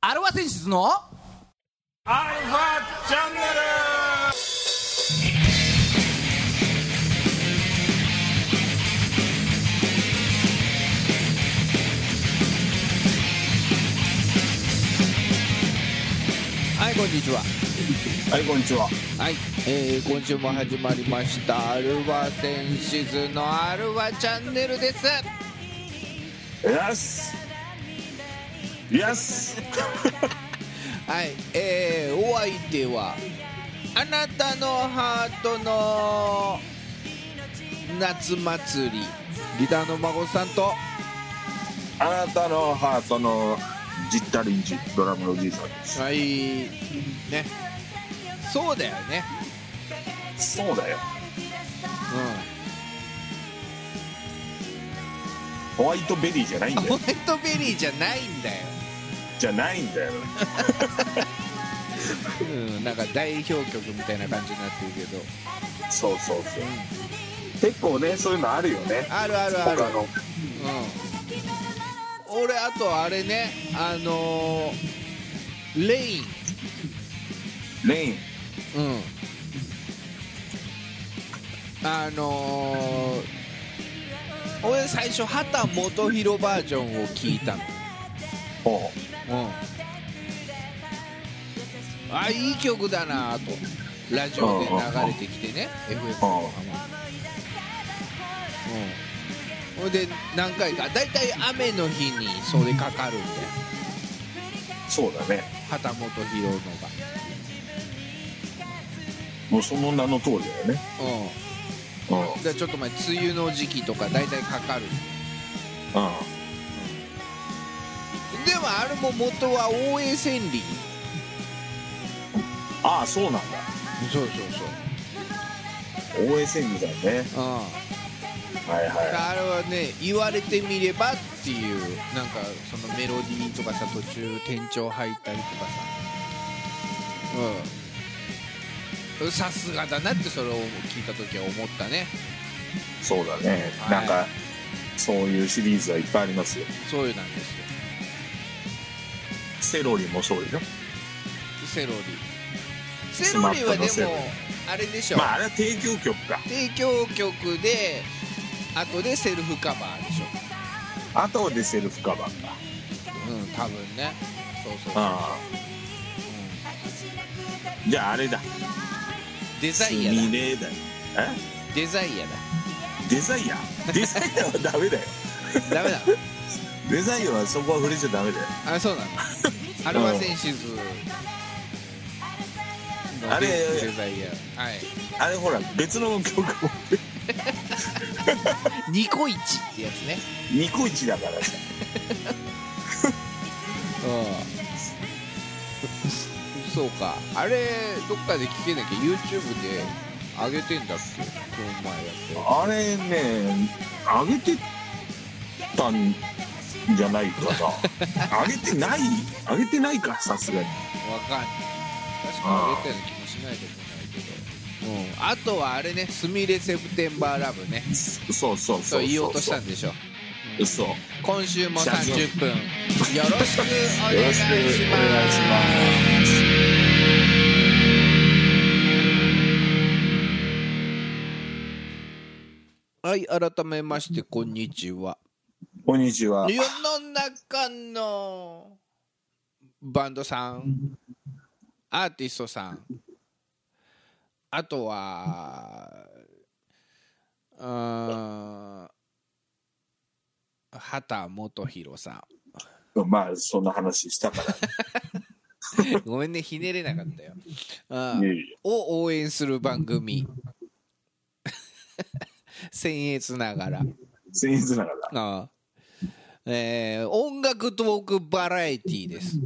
アルファ選出のアルファチャンネルはいこんにちははいこんにちははい、えー、今週も始まりましたアルファセンシズのアルファチャンネルですイエスイエスはいえー、お相手はあなたのハートの夏祭りギターの孫さんとあなたのハートのジッタリンジドラムのおじいさんですはいねそうだよねそうだよホワイトベリーじゃないんうんだホワよイトベリーじゃないんだよじゃないんだようん、なんか代表曲みたいな感じになってるけどそうそうそう結構ねそういうのあるよねあるあるある他のうん、俺あとあれねあのーレイン、レイうンん、あのー俺最初畑元宏バージョンを聞いたの、ほうん、あいい曲だなとラジオで流れてきてね FF とかも、うん、ほいで何回か大体雨の日にそれかかるんだようそうだね畑本博のが。もうその名の通りだよねううんうんん、でちょっと前梅雨の時期とか大体かかるでもあれも元は大江千里ああそうなんだそうそう応援戦みたいねそう、うん、はいあはいれはね言われてみればっていうなんかそのメロディーとかさ途中転調入ったりとかさうんさすがだなってそれを聞いた時は思ったねそうだね、はいなんかそういうシリーズはいっぱいありますよそういうなんですよセロリもそうでしょセロリセロリはでスマップのセロもリあれでしょ、まああれは提供曲か提供曲で後でセルフカバーでしょあとでセルフカバーかうん多分ねそうそうそうああじゃああれだデザスイアミだレだよえデザイアデザイ アデザイアはダメだよだダメだ デザイアはそこは触れちゃダメだよあそうなのアルファセンシズのあれデザイアはいあれほら別の曲もニコイチってやつねニコイチだからさうんそうかあれどっかで聞けなきゃ YouTube で上げてんだっけこの前やっあれね上げてたんじゃないか な上げてない上げてないかさすがにてわかんない確か上げたような気もしないでもないけど、うん、あとはあれね「スミレ・セプテンバー・ラブね」そうそうそうそそうう言おうとしたんでしょ嘘よ今週もじゃあ30分よろしくお願ろいししくお願いしますますはい改めましてこんにちはこんにちは世の中のバンドさんアーティストさんあとはうーん畑元博さん まあそんな話したかごめんねひねれなかったよ、らうんいえいえを応援する番組 僭越ながら僭越ながらああえー音楽トークバラエティーです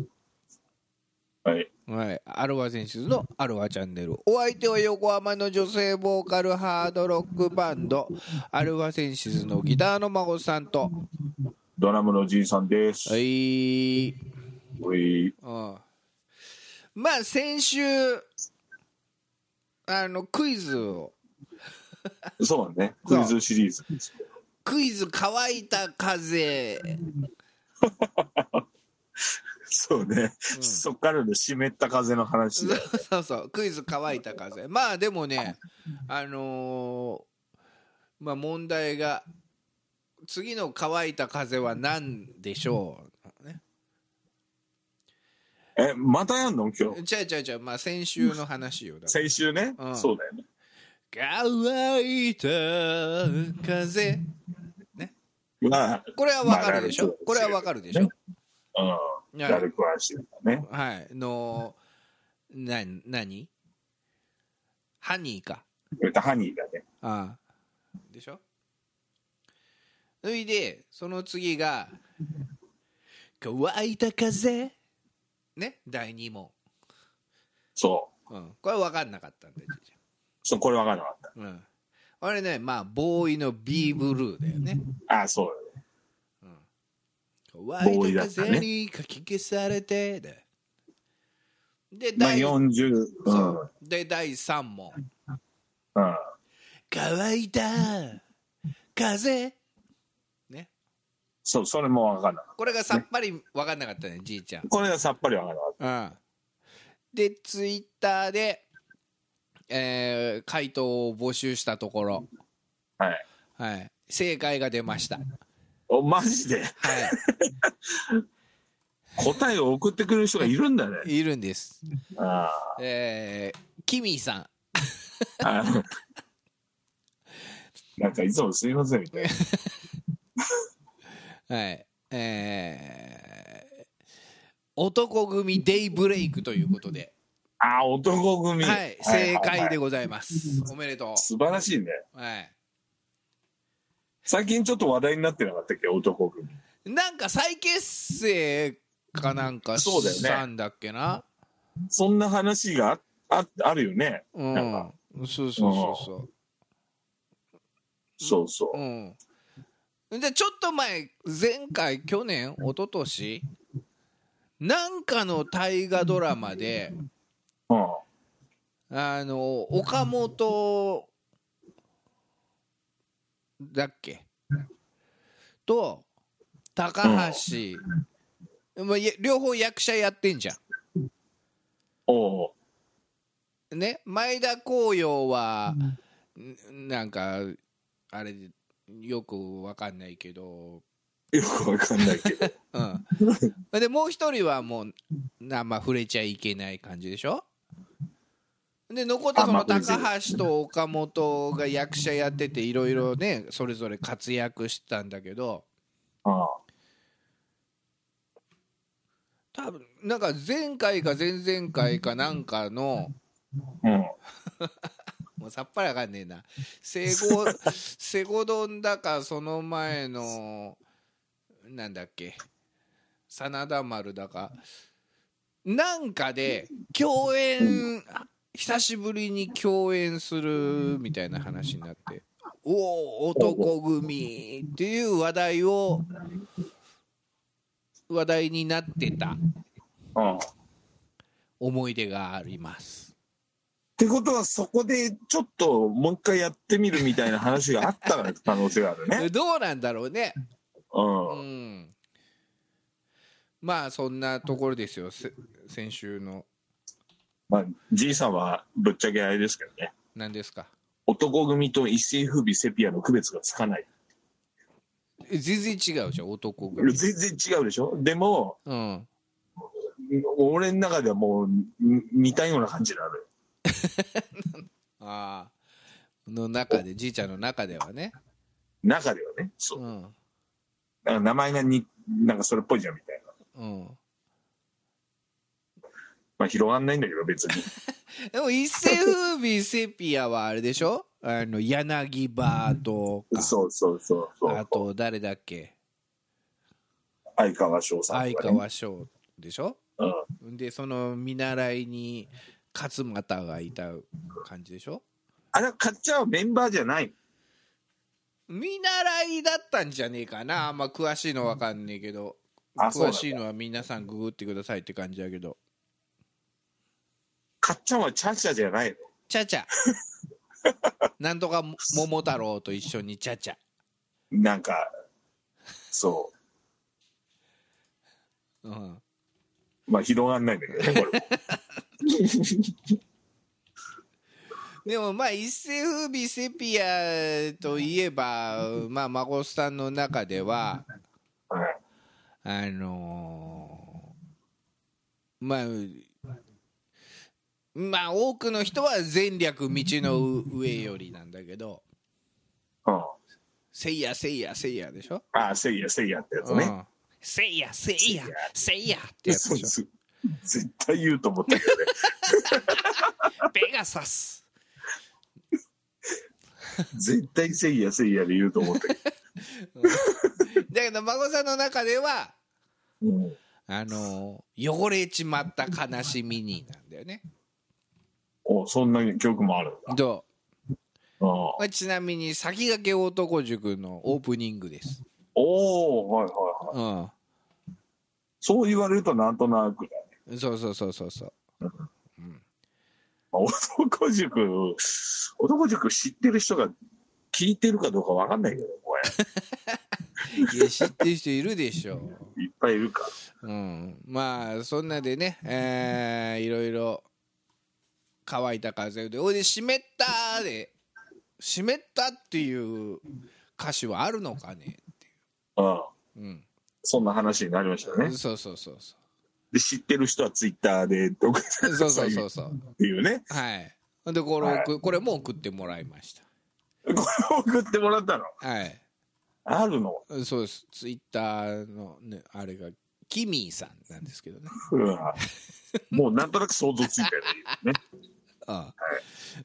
はいはい、アルファ選手のアルファチャンネルお相手は横浜の女性ボーカルハードロックバンドアルファ選手のギターの孫さんとドラムのじいさんです、ははい、い、うん、まあ先週あのクイズをそうねそうクイズシリーズクイズ乾いた風そうね、うんそっからの湿った風の話でそうそうクイズ乾いた風まあでもねあのーまあ問題が次の乾いた風は何でしょう、ね、えまたやんの今日違う違う違うまあ先週の話よだから先週ね、うんそうだよね乾いた風まあこれはわかるでしまょあこれはわかるでしょ、うんはラいルク・アンシェルだねはいのな何ハニーか歌ハニーだねああでしょそれでその次 が「乾いた風」ね第2問、そううん、これ分かんなかったんだよ、じいちそうこれ分からなかっゃんうん、あれねまあボーイの「ビーブルー」だよねたあそうだね「乾 ボーいイただったね風にかき消されて」だよでまあ第,、 40うそん、うで第3問うん、 「乾いた風」ねそうそれも分からなかっこれがさっぱり分かんなかったねじいちゃんたこれはさっぱり分からなうかっん、でツイッターで、えー回答を募集したところ、たはいはい、正解が出ました、はい、おマジで答えを送ってくれる人がいるんだねいるんです、ああえー、キミさんあの なんかいつもすいませんみたいな。はいえー、男組デイブレイクということで、あー、男組。はい、正解でございます、おめでと素晴らしいね。う、はい、最近ちょっと話題になってなかったっけ、男組。なんか再結成かなんかそうだよねしたんだっけなそんな話があああるよね。うんなんかそうそうそうそうそうそう。うん。で、ちょっと前、前回、去年、一昨年なんかの大河ドラマで、うん。あの、岡本だっけと、高橋、まあ、や両方役者やってんじゃ。おうんね、前田光陽は、んなんか、あれ、よくわかんないけど、よくわかんない けど。うん、 でもう一人はもうな、まあ、触れちゃいけない感じでしょで残ったそあまのあ別高に橋と岡本が役者やってていろいろねそれぞれ活躍したんだけどあ多分なんか前回か前々回かなんかのうん。もうさっぱりわかんねえなセゴセゴドンだかその前のなんだっけ真田丸だかなんかで共演久しぶりに共演するみたいな話になって「おお男組」っていう話題を話題になってたうん。っ思い出があります。てことは、そこでちょっともう一回やってみるみたいな話があった可能性があ るね。どうなんだろうねうん。うん、まあそんなところですよせ先週のまあ、じいさんはぶっちゃけあれですけどね。何ですか男組と一世風靡セピアの区別がつかない。え全然違うじゃん男組全然違うでしょでも、うん俺の中ではもうに似たような感じなのよ。ああの中でじいちゃんの中ではね中ではね。そうう。んなんか名前がに、なんかそれっぽいじゃんみたいな。うんまあ広がんないんだけど 別に。でも一世風靡セピアはあれでしょあの柳葉とかそうそうそうそうあ。と誰だっけ相川翔さん相とか、ね。川翔でしょうん。でその見習いに勝俣がいた感じでしょあれ、かっちゃんはメンバーじゃない。見習いだったんじゃねえかなあんま詳しいのわかんねえけどあそうな詳んだしいのは皆さんググってくださいって感じだけどかっちゃんはチャチャじゃないの。チャチ ャなんとかも桃太郎と一緒にチャチャなんか、そう。うんまあ広がんないんだけど ねこれでもまあ一世風靡セピアといえ ばまあ孫さんの中ではもはいあのーまあまあ多くの人は前略道の上よりなんだけどうん「せいやせいやせいや」でしょ、ああせいやせいやってやつうねんせいやせいやせいやってやつそうでしでょす 絶対言うと思ったけどねペガサス絶対せいやせいやで言うと思ったけどだけど孫さんの中ではうんあのー汚れちまった悲しみになんだよねおそんな曲もあるんだどうあまあちなみに先駆け男塾のオープニングです。おおはいはいはういん。そう言われるとなんとなくだね、そうそうそうそうそう。まあ、男塾 男塾知ってる人が聞いてるかどうかわかんないけどこいや知ってる人いるでしょれいっぱいいるかう。うん。まあそんなでね、えーいろいろ乾いた風で、おいで湿ったで湿ったっていう歌詞はあるのかね。うんうん。そんな話になりましたね。そうそうそうそで、知ってる人はツイッターで送ってう。そうそうそうそう。っていうね。はい。でこれ送これも送ってもらいましこれを送ってもらったの。た。はい。あるの。そうです。ツイッターの、ね、あれが、キミーさんなんですけどね。 うんもうなんとなく想像ついたよね。ああ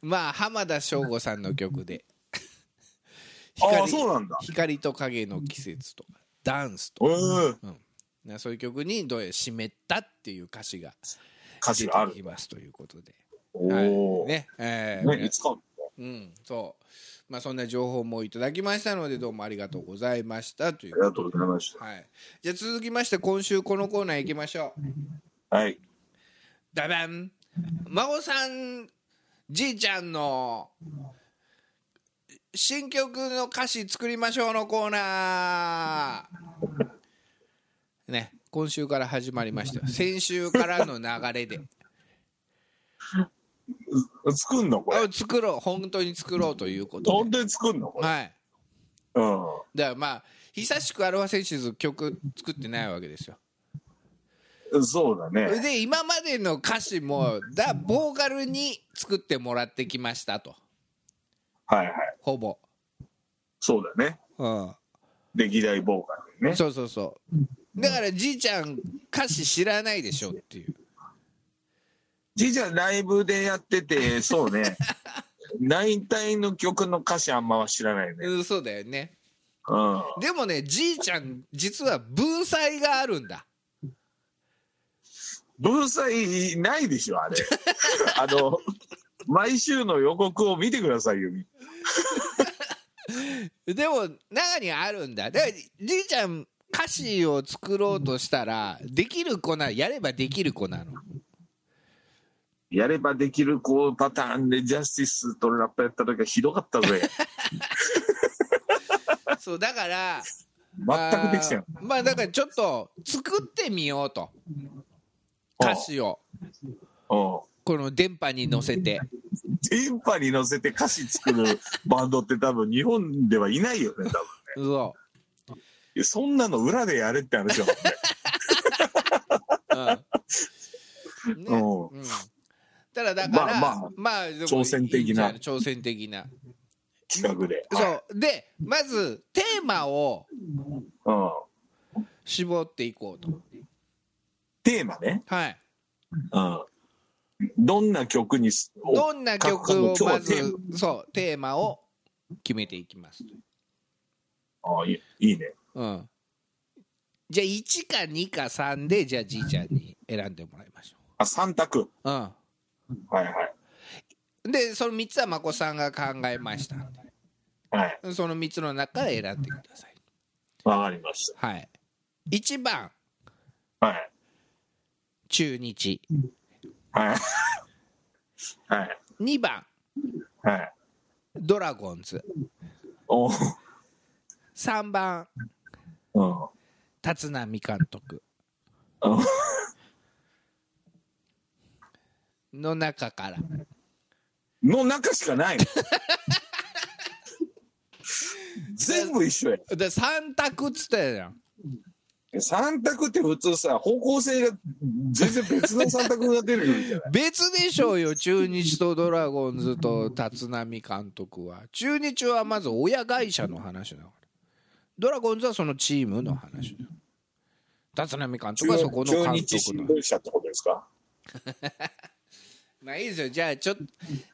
まあ、浜田省吾さんの曲で。ああ、そうなんだ。光と影の季節とか、ダンスとうか、ん。なそういう曲に、どうやら湿ったっていう歌詞が歌詞出があてきる。ますということで。おはい、お。ね、ね、えーいつか。うん、そう。まあ、そんな情報もいただきましたので、どうもありがとうございましたといありう。がとうございましはい。じゃあ、続きまして、今週このコーナー行きましょう。た。はい。ダバン孫さんじいちゃんの新曲の歌詞作りましょうのコーナーね今週から始まりましたよ先週からの流れで作んのこあれ。作ろう本当に作ろうということ本で当に作んのこれ。はいうん。だからまあ久しくアルファセンシズ曲作ってないわけですよそうだね。で今までの歌詞もだボーカルに作ってもらってきましたとはいはい。ほぼそうだね。うん歴代ボーカルね。そうそうそう。だからじいちゃん歌詞知らないでしょっていう。じいちゃんライブでやってて、そう ね。ナインタイの曲の歌詞あんまは知らないね。うん、そうだよね。うん。でもね、じいちゃん実は文才があるんだ。文才ないでしょ あれあの毎週の予告を見てくださいよでも中にあるんだ。だからじいちゃん歌詞を作ろうとしたらできる子なやればできる子なの。やればできるこうパターンでジャスティスとラップやった時はひどかったぜ そうだから全くできてないあーまあだからちょっと作ってみようと歌詞をうんこの電波に乗せて。電波に乗せて歌詞作るバンドって多分日本ではいないよね多分そいやそんなの裏でやれって話だも う。うん。ねんねうんうんただだから、ままああままああ、でも挑戦的ないいんじゃい挑戦的な、企画で、はいそうでまずテーマをうん、絞っていこうとテーマね、はいうん、どんな曲にすをどんな曲を各ま々今日はテーずそうテーマを決めていきます、ああいいいいねうん、じゃあ1か2か3でじゃあじいちゃんに選んでもらいましょあ3択う、はいはいうん、でその3つはまこさんが考えましたはいその3つの中から選んでくださいわかりましはい1番たはい中日はい。はい。 2番はい。ドラゴンズおう3番うん。立浪監督うんの中からの中し かないの全部一緒やで3択っつったやん三択って普通さ方向性が全然別の三択が出る じゃない別でしょうよ中日とドラゴンズと立浪監督は中日はまず親会社の話だからドラゴンズはそのチームの話だよ立浪監督はそこの監中日督新の聞社ってことですかまあいいですよじゃあちょっと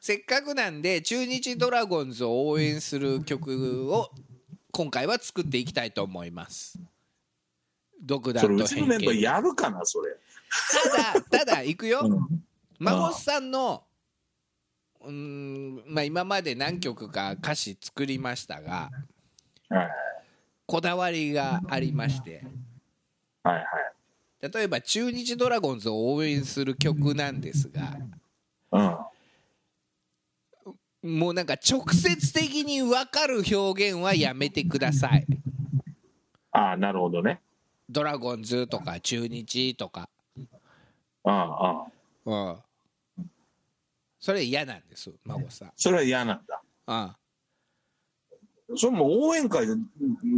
せっかくなんで中日ドラゴンズを応援する曲を今回は作っていきたいと思います独断それうとちの偏メンバー見やるかなそれ、ただただいくよ、うん孫さんのうーんまあ今まで何曲か歌詞作りましたがはいこだわりがありましてはいはい例えば中日ドラゴンズを応援する曲なんですがうんもうなんか直接的に分かる表現はやめてくださいああなるほどねドラゴンズとか中日とか、うんうんうん、それ嫌なんです孫さん、それは嫌なんだうん、それもう応援会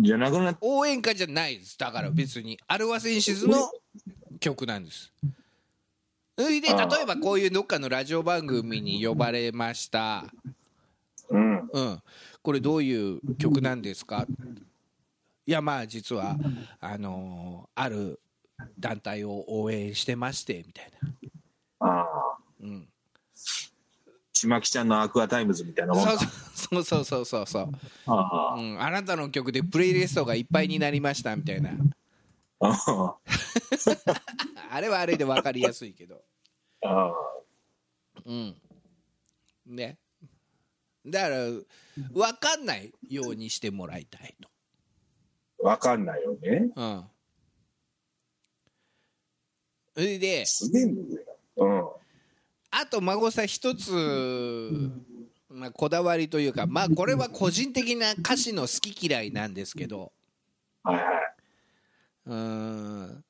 じゃなくなって応援歌じゃないですだから別にアルワセンシズの曲なんですそれで例あーえばこういうどっかのラジオ番組に呼ばれましたうんうんこれどういう曲なんですかいやまあ実はあのーある団体を応援してましてみたいなああうんちまきちゃんのアクアタイムズみたいなもんかそうそうそうそうそうそう、あうん、あなたの曲でプレイリストがいっぱいになりましたみたいなあああれはあれで分かりやすいけどあああうん。ね。だから、分かんないようにしてもらいたいと。わかんないよねうん。それで、すげえんだようんあと孫さん一つ、まあ、こだわりというか、まあこれは個人的な歌詞の好き嫌いなんですけど、はいはいうーん。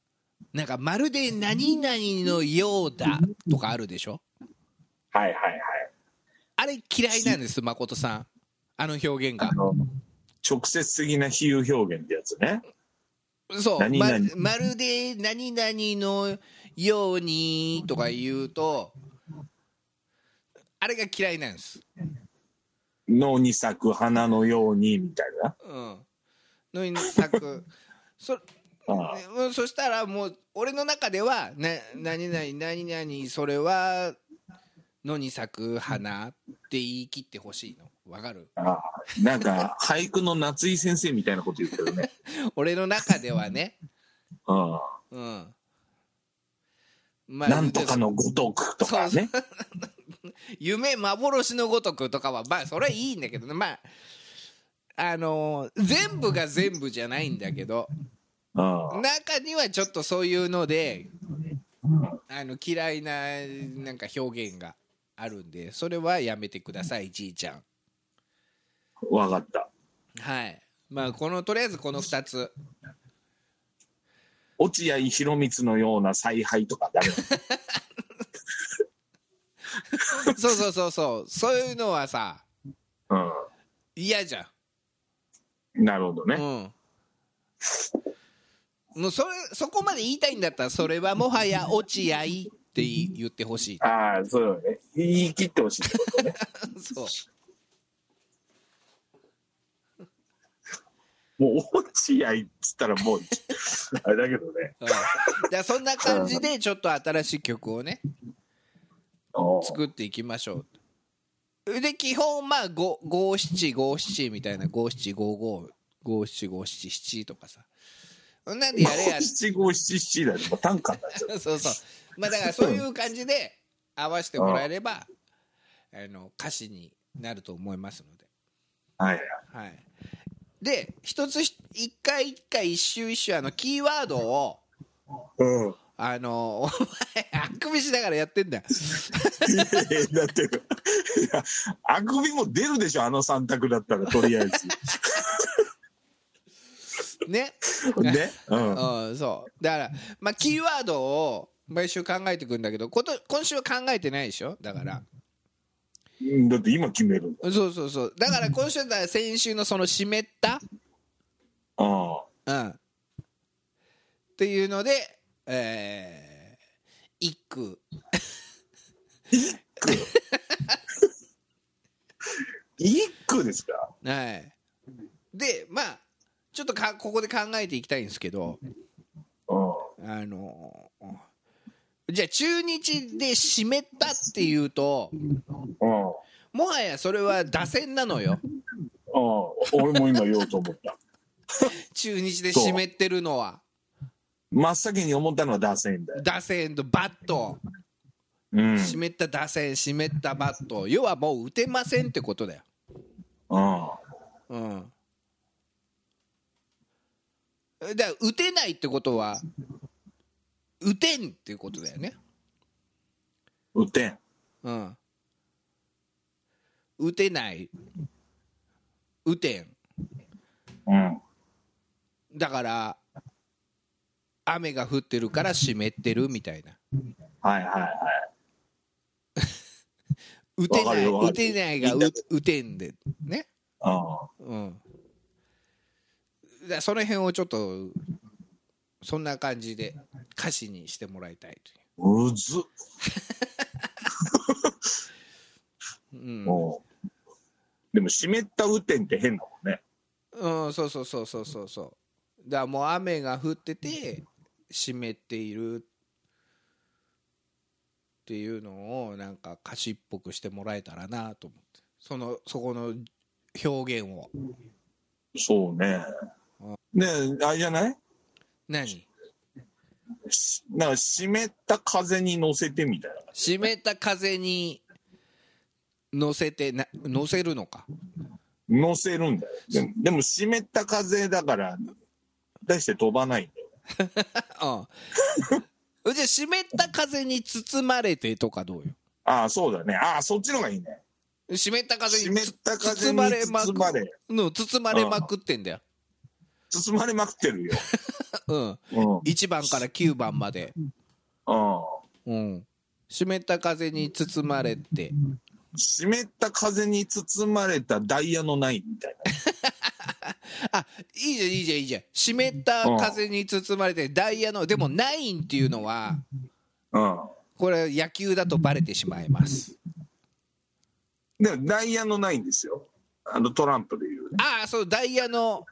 なんかまるで何々のようだとかあるでしょはいはいはいあれ嫌いなんです、誠さん。あの表現があ。の直接的な比喩表現ってやつねそう何ま々まるで何々のようにとか言うとあれが嫌いなんです、脳に咲く花のようにみたいなうん、のにさ くそあうんそしたらもう俺の中では「な何々何々それは野に咲く花」って言い切ってほしいのわかるあああなんか俳句の夏井先生みたいなこと言ってるね俺の中ではね、うんうんまなんとかのごとくとかね夢幻のごとくとかはまあそれはいいんだけどねまああのー全部が全部じゃないんだけどうん中にはちょっとそういうのであの嫌いななんか表現があるんでそれはやめてくださいじいちゃんわかったはいまあこのとりあえずこの2つ落合博満のような采配とかだねそうそうそうそうそういうのはさ嫌じゃんうんなるほどね、うん、もうそれそこまで言いたいんだったらそれはもはや落合って言ってほしいああそうだね言い切ってほしいってことね そうもう落合っつったらもうあれだけどねうん、だからそんな感じでちょっと新しい曲をねうん作っていきましょうで基本まあ5 5 7 5 7みたいな5 7 5 5 5 7 5 7 7とかさそんなんでやれや七五七七だねもう短歌になっちゃうそうそうまあだからそういう感じで合わせてもらえればあの歌詞になると思いますのではいはい、で一つひ一回一回一周一周あのキーワードをうんあのお前あくびしながらやってんだよ だっていやあくびも出るでしょあの三択だったらとりあえずね、ねうんうん、そうだから、まあ、キーワードを毎週考えてくんだけどこと今週は考えてないでしょだから、うんだって今決めるんだそうそうそうだから今週だから先週のその湿った、ああうん、っていうのでえー、一句一句ですかはいでまあちょっとかここで考えていきたいんですけどうんあのじゃあ中日で湿ったっていうとうんうんもはやそれは打線なのよ俺も今言おうと思った 中日で湿ってるのは真っ先に思ったのは打線だよ、打線とバットうん湿った打線湿ったバット要はもう打てませんってことだようんうんだから打てないってことは打てんっていうことだよね打てんうん打てない打てんうんだから雨が降ってるから湿ってるみたいなはいはいはい打てないわかるよ打てないが打打てんでねあうんだからその辺をちょっとそんな感じで歌詞にしてもらいたいあうずっ、という、うんでも湿った雨天って変だもんねうん、うん、そうそうそうそうそうそうだからもう雨が降ってて湿っているっていうのをなんか歌詞っぽくしてもらえたらなと思ってそのそこの表現をそうねねえあれじゃない何しなんか湿った風に乗せてみたいな湿った風に乗せてな乗せるのか乗せるんだよでもでも湿った風だから出して飛ばないんだようん じゃあ湿った風に包まれてとかどうよああそうだねああそっちの方がいいね湿った風湿につった包風にまれまく包まれうん包まれまくってんだよ、包まれまくってるよ、うん、うん1番から9番まで、うん、うん、湿った風に包まれて湿った風に包まれたダイヤのないみたいあいいじゃんいいじゃんいいじゃん湿った風に包まれてダイヤのでもナインっていうのはな、うん、これ野球だとバレてしまいますでもダイヤのないんですよあのトランプでいうああそうダイヤの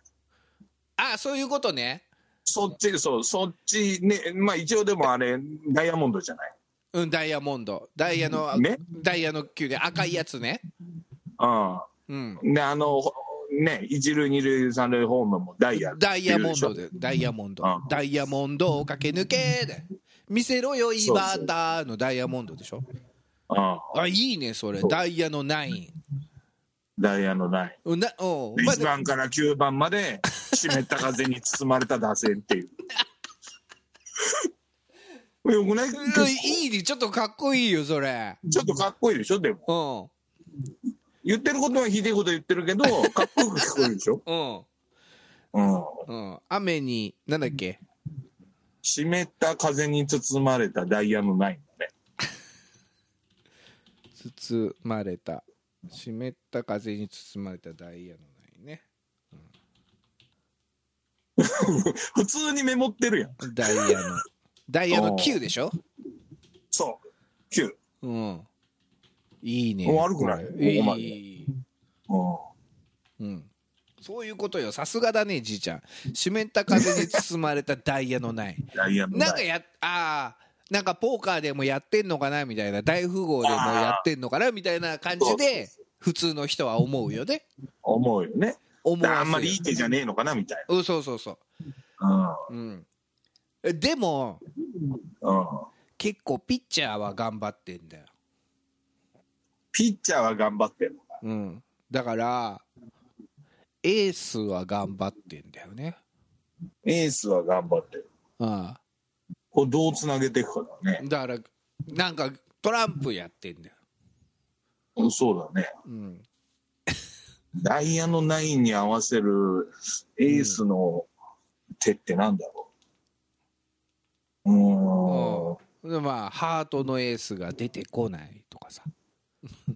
ああそういうことねそっちそうそっちねまあ一応でもあれダイヤモンドじゃないうんダイヤモンドダイヤの、ねダイヤの球で赤いやつねうんうんであのほね一塁二塁三塁ホームもダイヤダイヤモンドででダイヤモンドうんダイヤモンドを駆け抜けで見せろよイバーターのダイヤモンドでしょうんあいいねそれそうダイヤのナイダイヤのないンうんなおうま1だ番から9番まで湿った風に包まれた打線っていう よくない 結うん構いいねちょっとかっこいいよそれちょっとかっこいいでしょでもうん言ってることはひでえこと言ってるけどかっこよく聞こえるでしょ、うんうん、うん雨になんだっけ湿った風に包まれたダイヤのないのね包まれた湿った風に包まれたダイヤのナインね普通にメモってるやんダイヤ のダイヤの9でしょそう9、うんいいね悪くないこれいいここまでうん、うん、そういうことよさすがだねじいちゃん湿った風に包まれたダイヤの ないダイヤのないなんかやあーなんかポーカーでもやってんのかなみたいな大富豪でもやってんのかなみたいな感じで普通の人は思うよね思うよね思わせるあんまりいい手じゃねえのかなみたいうんそうそうそなう、うん、えでもうん、うん、結構ピッチャーは頑張ってんだよ、ピッチャーは頑張ってるうん、だからエースは頑張ってんだよねエースは頑張ってるあこれどうつなげていくかだねあだからなんかトランプやってんだよ、うんそうだねうん、ダイヤのナインに合わせるエースの手ってなんだろううーんでまあハートのエースが出てこないとかさ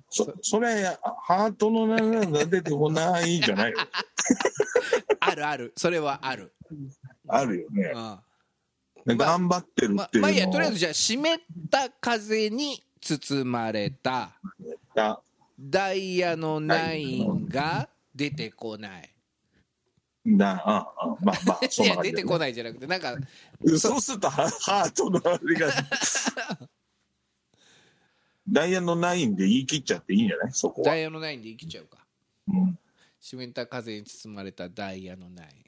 そそれハートの中が出てこないじ ゃないよあるあるそれはある、あるよねう、んでまあ頑張ってるまっていうのまあいいやとりあえずじゃあ湿った風に包まれたあダイヤのナインが出てこないなあああまあまあそいんなや出感じてだよこねないじゃなくてなんかそうするとハハートのあれ がダイヤのナインで言い切っちゃっていいんじゃないそこダは、イヤのナインで生きちゃうかうん湿った風に包まれたダイヤのナイン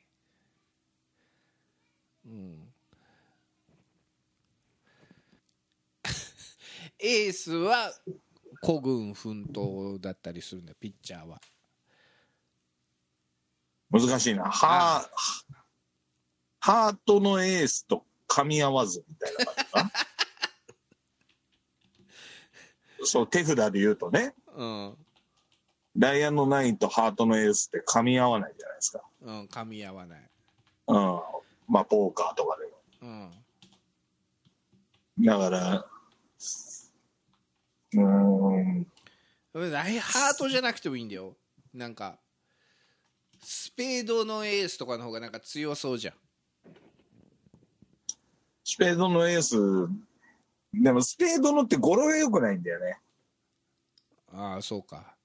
うんエースは孤軍奮闘だったりするんだよピッチャーは難しいなハーハートのエースと噛み合わずみたいな感じか なそう手札で言うとねうん、ダイヤのナインとハートのエースって噛み合わないじゃないですか。うん、噛み合わない、うん。まあ、ポーカーとかでうん、も。だから、うーん。ライハートじゃなくてもいいんだよなんかスペードのエースとかの方がなんか強そうじゃんスペードのエース、でもスペードのって語呂が良くないんだよね。ああそうか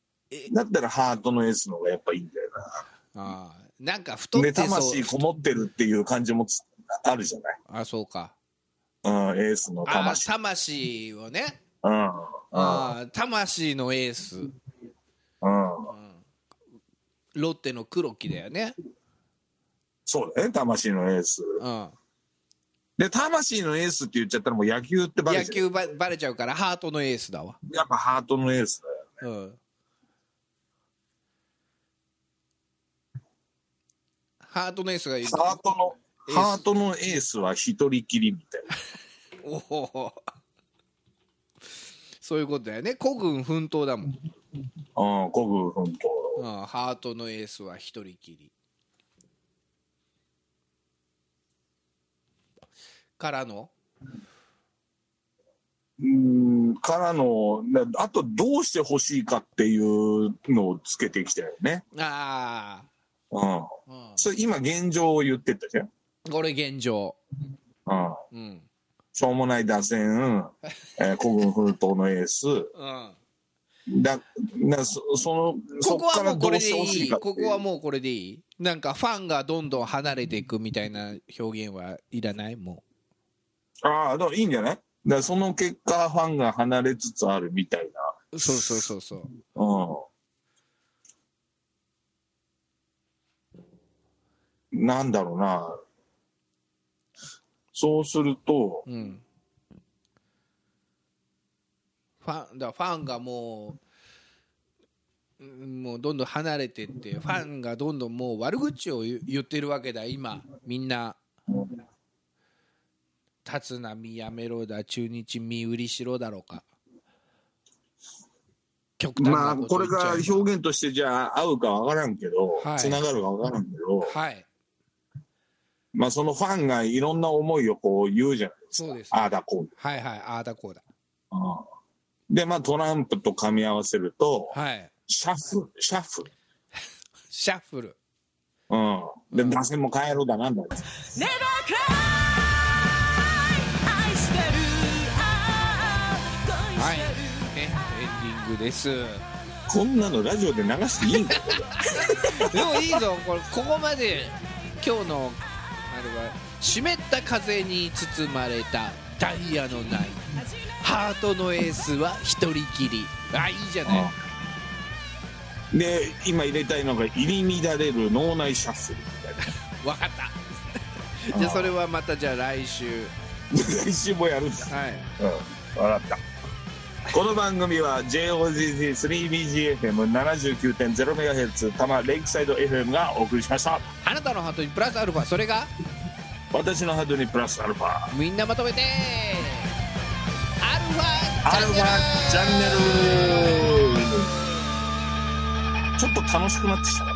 だったらハートのエースの方がやっぱいいんだよああなんか太な。っで、てそう魂こもってるっていう感じもつあるじゃない。ああそうかうん、エースのああ魂。魂をねうん。ああ魂のエース、うん、うん。うん。ロッテの黒木だよね、そうだね、魂のエース。うん、で、魂のエースって言っちゃったらもう野球ってバレ野ちゃ球う。ばバレちゃうからハートのエースだわ、やっぱハートのエースだようん、ハートのエースがいいハートのエー、スハートのエースは一人きりみたいな。おおそういうことだよね孤軍奮闘だもん、うん、孤軍奮闘。うん、ハートのエースは一人きりからのうん、からの、なあとどうして欲しいかっていうのをつけてきたよね。あうん。あ、うそれ今現状を言ってたじゃん。ん、これ現状うん。うんしょうもない打線、えー、孤軍奮闘のエース。うんだ、な、そその、ここそっはかもらうこどれうでして欲しいいいかっこていう。こはもうこれでいいなんかファンがどんどん離れていくみたいな表現はいらないもああ、でもいいんじゃないだからその結果、ファンが離れつつあるみたいな。うそうそうそうそううん。なんだろうな。そうすると、うんファンだからファンがもううんもうどんどん離れてってファンがどんどんもう悪口を言言ってるわけだ今みんな立浪やめろだ中日見売りしろだろうか極端まなあ、ことこ言っれちゃがう表現としてじゃあ合うかわからんけどは、いつながるかわからんけど、はいまあ、そのファンがいろんな思いをこう言うじゃないですか。そうですああだこうはいはいああだこうだだ。うんで、まあ、トランプと噛み合わせると、はいシャッフル、シャッフル。シャッフルうん。で、打線も変えろだなんだ。 Never cry 愛してるああはい恋してねエるンディングですこんなのラジオで流していいんだでもいいぞこれここまで今日のあれは湿った風に包まれたダイヤのないハートのエースは一人きりあいいじゃないで今入れたいのが入り乱れる脳内シャッフルみわかったじゃああーそれはまたじゃあ来週たいな 来週もやるんだはいうん分かったこの番組は JOZZ3BGFM79.0MHz 多摩レイクサイド FM がお送りしましたあなたのハートにプラスアルファそれが私のハードにプラスアルファみんなまとめてアルファアルファチャンネルちょっと楽しくなってきたな